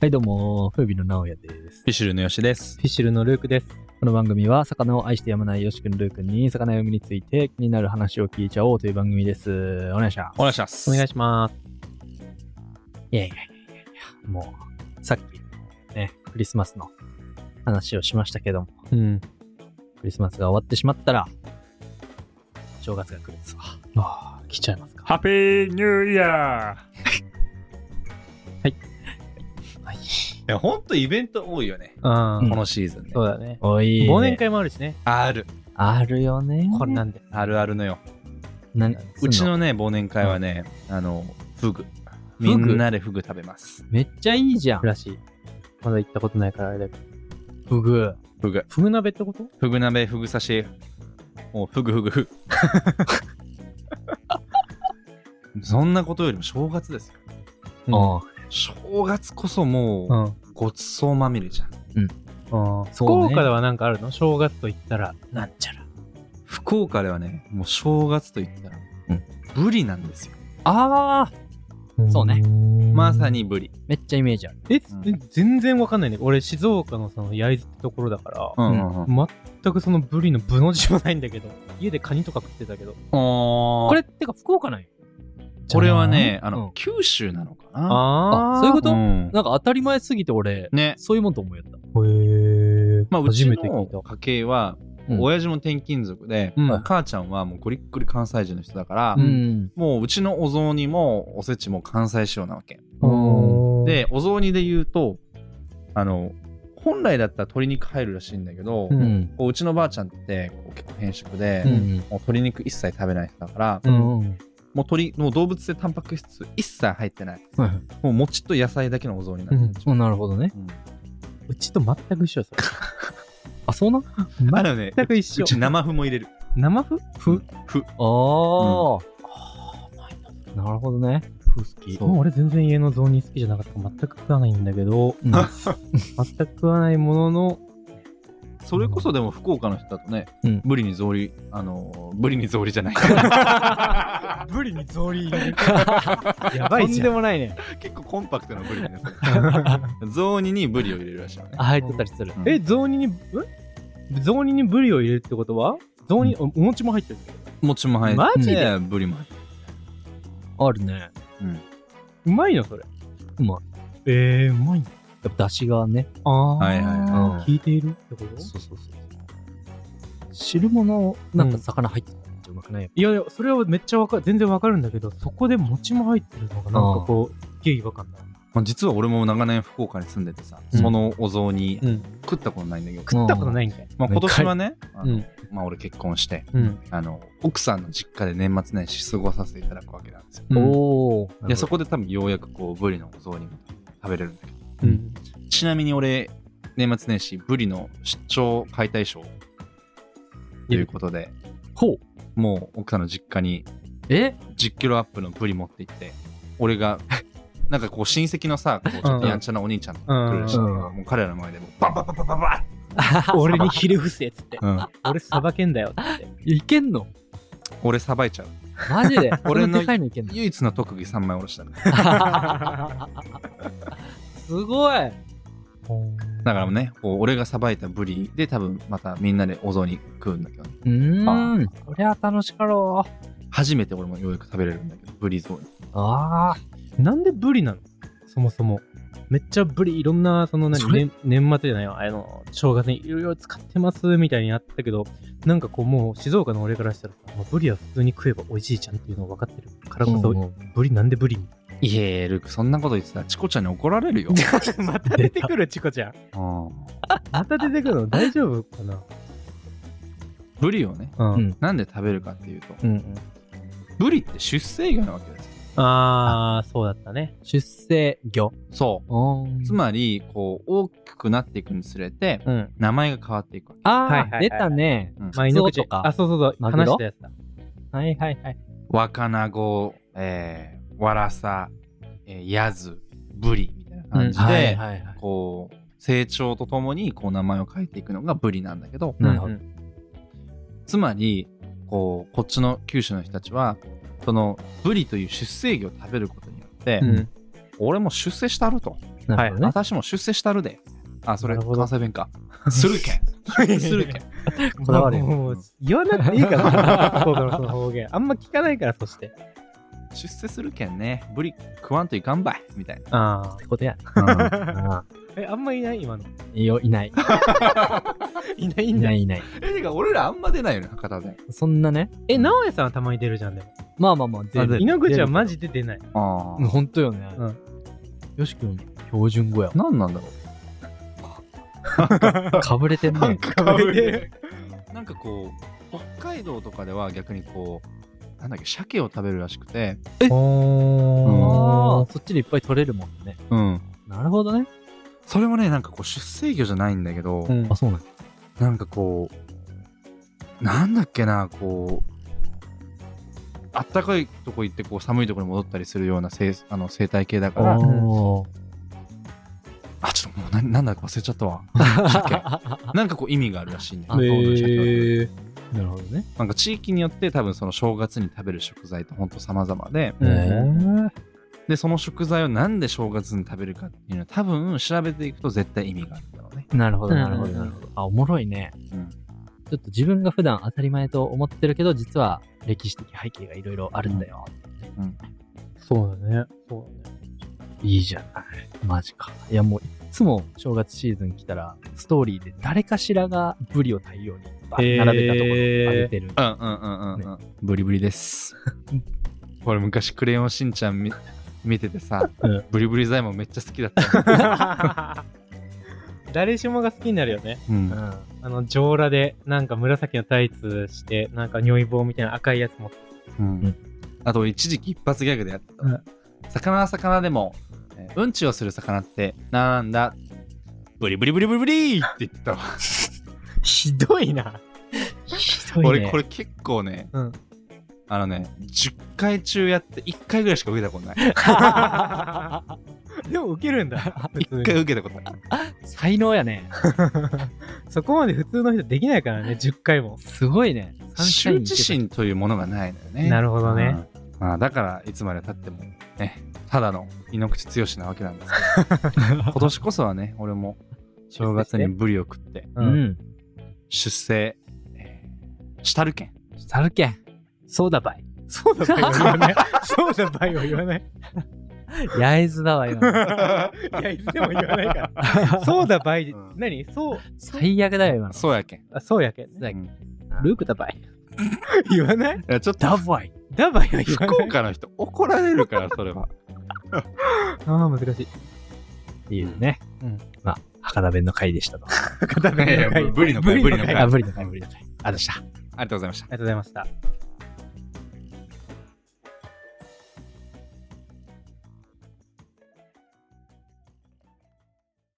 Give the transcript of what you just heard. はいどうも、風靡の直哉です。フィッシュルのよしです。フィッシュルのルークです。この番組は魚を愛してやまないよしくんルーくんに魚読みについて気になる話を聞いちゃおうという番組です。お願いします。お願いします。お願いします。いやいやいやいや、もう、さっき、ね、クリスマスの話をしましたけども、うん。クリスマスが終わってしまったら、正月が来るんですわ。ああ、来ちゃいますか。ハッピーニューイヤーはい。いや、ほんとイベント多いよね。ああ、うんこのシーズンね。そうだね。おい、忘年会もあるしね。ある。あるよね。これなんで。あるあるのよ。なうちのね、忘年会はね、あの、フグ。みんなでフグ食べます。めっちゃいいじゃん。らしい。まだ行ったことないからあれだけど。ふぐ。フグ。フグ鍋ってことフグ鍋、フグ刺し。もう、フグフグフグ。そんなことよりも正月ですよ。うんああ正月こそもん。う、ごちそうまみれじゃん。ああ、そうね福岡ではなんかあるの正月と言ったら、なんちゃら。福岡ではね、もう正月と言ったら、うんブリなんですよ。あーそうね。まさ。にブリ。めっちゃイメージある。え、え全然わかんないね。俺、静岡のその焼津ってところだから、うんんうん。全くそのブリの部の字もないんだけど、家でカニとか食ってたけど。ここれれってか福岡なんよ。これはね、あの、うん九州なのかな。あああ、そういうことうんなんか当たり前すぎて俺、ね。そういうもんと思うやった。へえ。まあ、うち初めて聞いのた。家系は、うん親父も転勤族で、うん母ちゃんはもうゴリッゴリ関西人の人だから、ん。もううちのお雑煮もおせちも関西仕様なわけ。うで、お雑煮で言うと、あの、本来だったら鶏肉入るらしいんだけど、ううんん。こううちのばあちゃんってこう結構偏食で、う。もうん鶏肉一切食べない人だから、ううんん。うん。もう鶏、もう動物性タンパク質一切入ってない。はいはいもう餅と野菜だけのお雑煮なんだようん なるほどね。うんうちと全く一緒それ。あ、そうなんあのね、全く一うち生麩も入れる。生麩ふ、ふ。あーなるほどね。風好きもう俺全然家の雑煮好きじゃなかったから全く食わないんだけど、 うん全く食わないものの、それこそでも福岡の人だとね、うんブリに草履、あのー、ブリに草履じゃない。ブリに草履入れる。やばいじゃん。もないね。結構コンパクトなブリです。雑煮にブリを入れるらしいよねあ、。入ってたりする。え え、雑煮に、え雑煮にブリを入れるってことは雑煮、お餅も入ってる。餅も入ってマジで、うんブリも入ってあるね。る。うまいのそれ。うまい。えー、うまいのやっぱ出汁がね。ああ、はいはいはい聞いているってことうそうそう。汁物、なんか魚入ってたらうまくないよ。いやいや、それはめっちゃわかる、全然わかるんだけど、そこで餅も入ってるのが、なんかこう、すげえ違和感だ。まあ実は俺も長年福岡に住んでてさ、うんそのお雑煮、うん。食ったことないんだけど、食ったことないんかい。まあ、今年はね、あのうんまあ、俺結婚して、うん。あの奥さんの実家で年末年始過ごさせていただくわけなんですよ。おー。でそこで多分ようやくこうブリのお雑煮も食べれるんだけどうん。ちなみに俺、年末年始、ブリの出張解体ショーということで、ほう。もう奥さんの実家に え10キロアップのブリ持って行って、俺が、なんかこう親戚のさ、こうちょっとやんちゃなお兄ちゃんとか来るでしょ。うんもう彼らの前でもうバンバンバンバンバンバ俺にひれ伏せっつって。ン、うん、俺さばけんだよって。 いけんの俺さばいちゃう。マジ で俺のでかいのいけんの唯一の特技3枚おろしたから。すごいだからね、こう俺がさばいたブリで多分またみんなでお雑煮食うんだけどね、うーあん。そりゃ楽しかろう。初めて俺もようやく食べれるんだけど、ブリ雑煮。あなんでブリなのそもそも。めっちゃブリ、いろんな、その何、それ年年末じゃないわあの、正月にいろいろ使ってますみたいにあったけど、なんかこう、もう静岡の俺からしたらさ、もうブリは普通に食えば美味しいじゃんっていうの分かってるかあ。らこそ、ブリなんでブリみたいいやルーク、そんなこと言ってたらチコちゃんに怒られ るよ。なまた出てくる、チコちゃん。うんまた出てくる の大丈夫かなブリをねうんうんなんで食べるかっていうとうんうん。ブリって出世魚なわけですよあー、そうだったね。出世魚。そおうつまりこう大きくなっていくにつれてうん。名前が変わっていくわけあはいはいー、はい出たね。前のカツオ口とかあ、そうそうそう。マグロ話したやつだ。はいはいはい。若菜子えーわらさえーやずブリみたいな感じはいではいはい。こう成長とともにこう名前を変えていくのがブリなんだけどなるほど。ど。つまりこうこっちの九州の人たちはそのブリという出世魚を食べることによってうん。俺も出世したるとなはるいほどね。私も出世したるで。あ、それ、なるほど関西弁 か。するけん。するけん。こだわるよもう言わなくていいから、福岡のその方言。あんま聞かないから、そして。出世するけんね。ブリ食わんといかんばい。みたいああっ。てことや。な。ああえ、あんまいない今の。いいよ、いない。いないいんだなよ。い、いない。え、てか、俺らあんま出ないよね、博多弁。そんなね。え、直江さんはたまに出るじゃん、でも。まあまあまあ、出あ出るる井ノ口はマジで出ない。あうんほんとよね。うんよしくん、標準語やあ。。なんなんだろかぶれてん ね。う。かぶれてるなんかこう、北海道とかでは逆にこう、なんだっけ、鮭を食べるらしくて、ああおー。そっちでいっぱい取れるもんね。うん。なるほどね。それもね、なんかこう、出世魚じゃないんだけど、うんあ、そうなんだなんかこう、なんだっけな、こう、あったかいとこ行って、こう、寒いとこに戻ったりするような生あの生態系だから、おーあ、ちょっともうな、なんだか忘れちゃった わ。なんかこう、意味があるらしいんだよあね。そうなんだへーなるほどね。なんか地域によって多分その正月に食べる食材ってほんと様々で、うんえで、その食材をなんで正月に食べるかっていうのは多分調べていくと絶対意味があるんだろうね。えなるほど、うんなるほど、なるほど。あ、おもろいね。うん。ちょっと自分が普段当たり前と思ってるけど、実は歴史的背景がいろいろあるんだよ。そうだね。そうだね。いいじゃない。マジか。いや、もういっつも正月シーズン来たら、ストーリーで誰かしらがブリを大量にバーン並べたところへーを上げてる。うんうんうんうんうん。ブリブリです。これ昔クレヨンしんちゃ ん見見ててさ、うんブリブリザイモンめっちゃ好きだった。誰しもが好きになるよね。うんうん。あの、上裸で、なんか紫のタイツして、なんか尿意棒みたいな赤いやつ持って。うんあと一時期一発ギャグでやってた。うん魚は魚でも、えーうんちをする魚ってなんだブリブリブリブリブリって言ってたわ。ひどいな。ひどいね。俺これ結構ね、うんあのね、10回中やって1回ぐらいしか受けたこと ない。 でもウケるんだ。普通1に回受けたことない。 才能やね。そこまで普通の人できないからね、10回も。すごいね。羞恥三回に心というものがないのよね。なるるほどね。。まあだから、いつまで経ってもね、ただの井ノ口剛なわけなんですけ ど、今年こそはね、俺も正月にブリを食って、行けた。うん。出世、えーしたるけ ん。したるけん。そうだばい。そうだばいを 言わない。そうだばいを言わない。焼津だわ、今の。いや、いつでも言わない から。そうだばい、うん何そう、最悪だよ、今の。そうやけん。あそうやけん、ね。だうんルークだばい。言わ ないいやちょっと、ダバイ。だばいは言わ福ない。岡の人怒られるから、それは。ああ、難しい。っていうね。うん。まあ、博多弁の回でしたと。片いやいやブリの会ブリの会あ、ブリの回、ブリの回。あ、どうしたありがとうございました。ありがとうございました。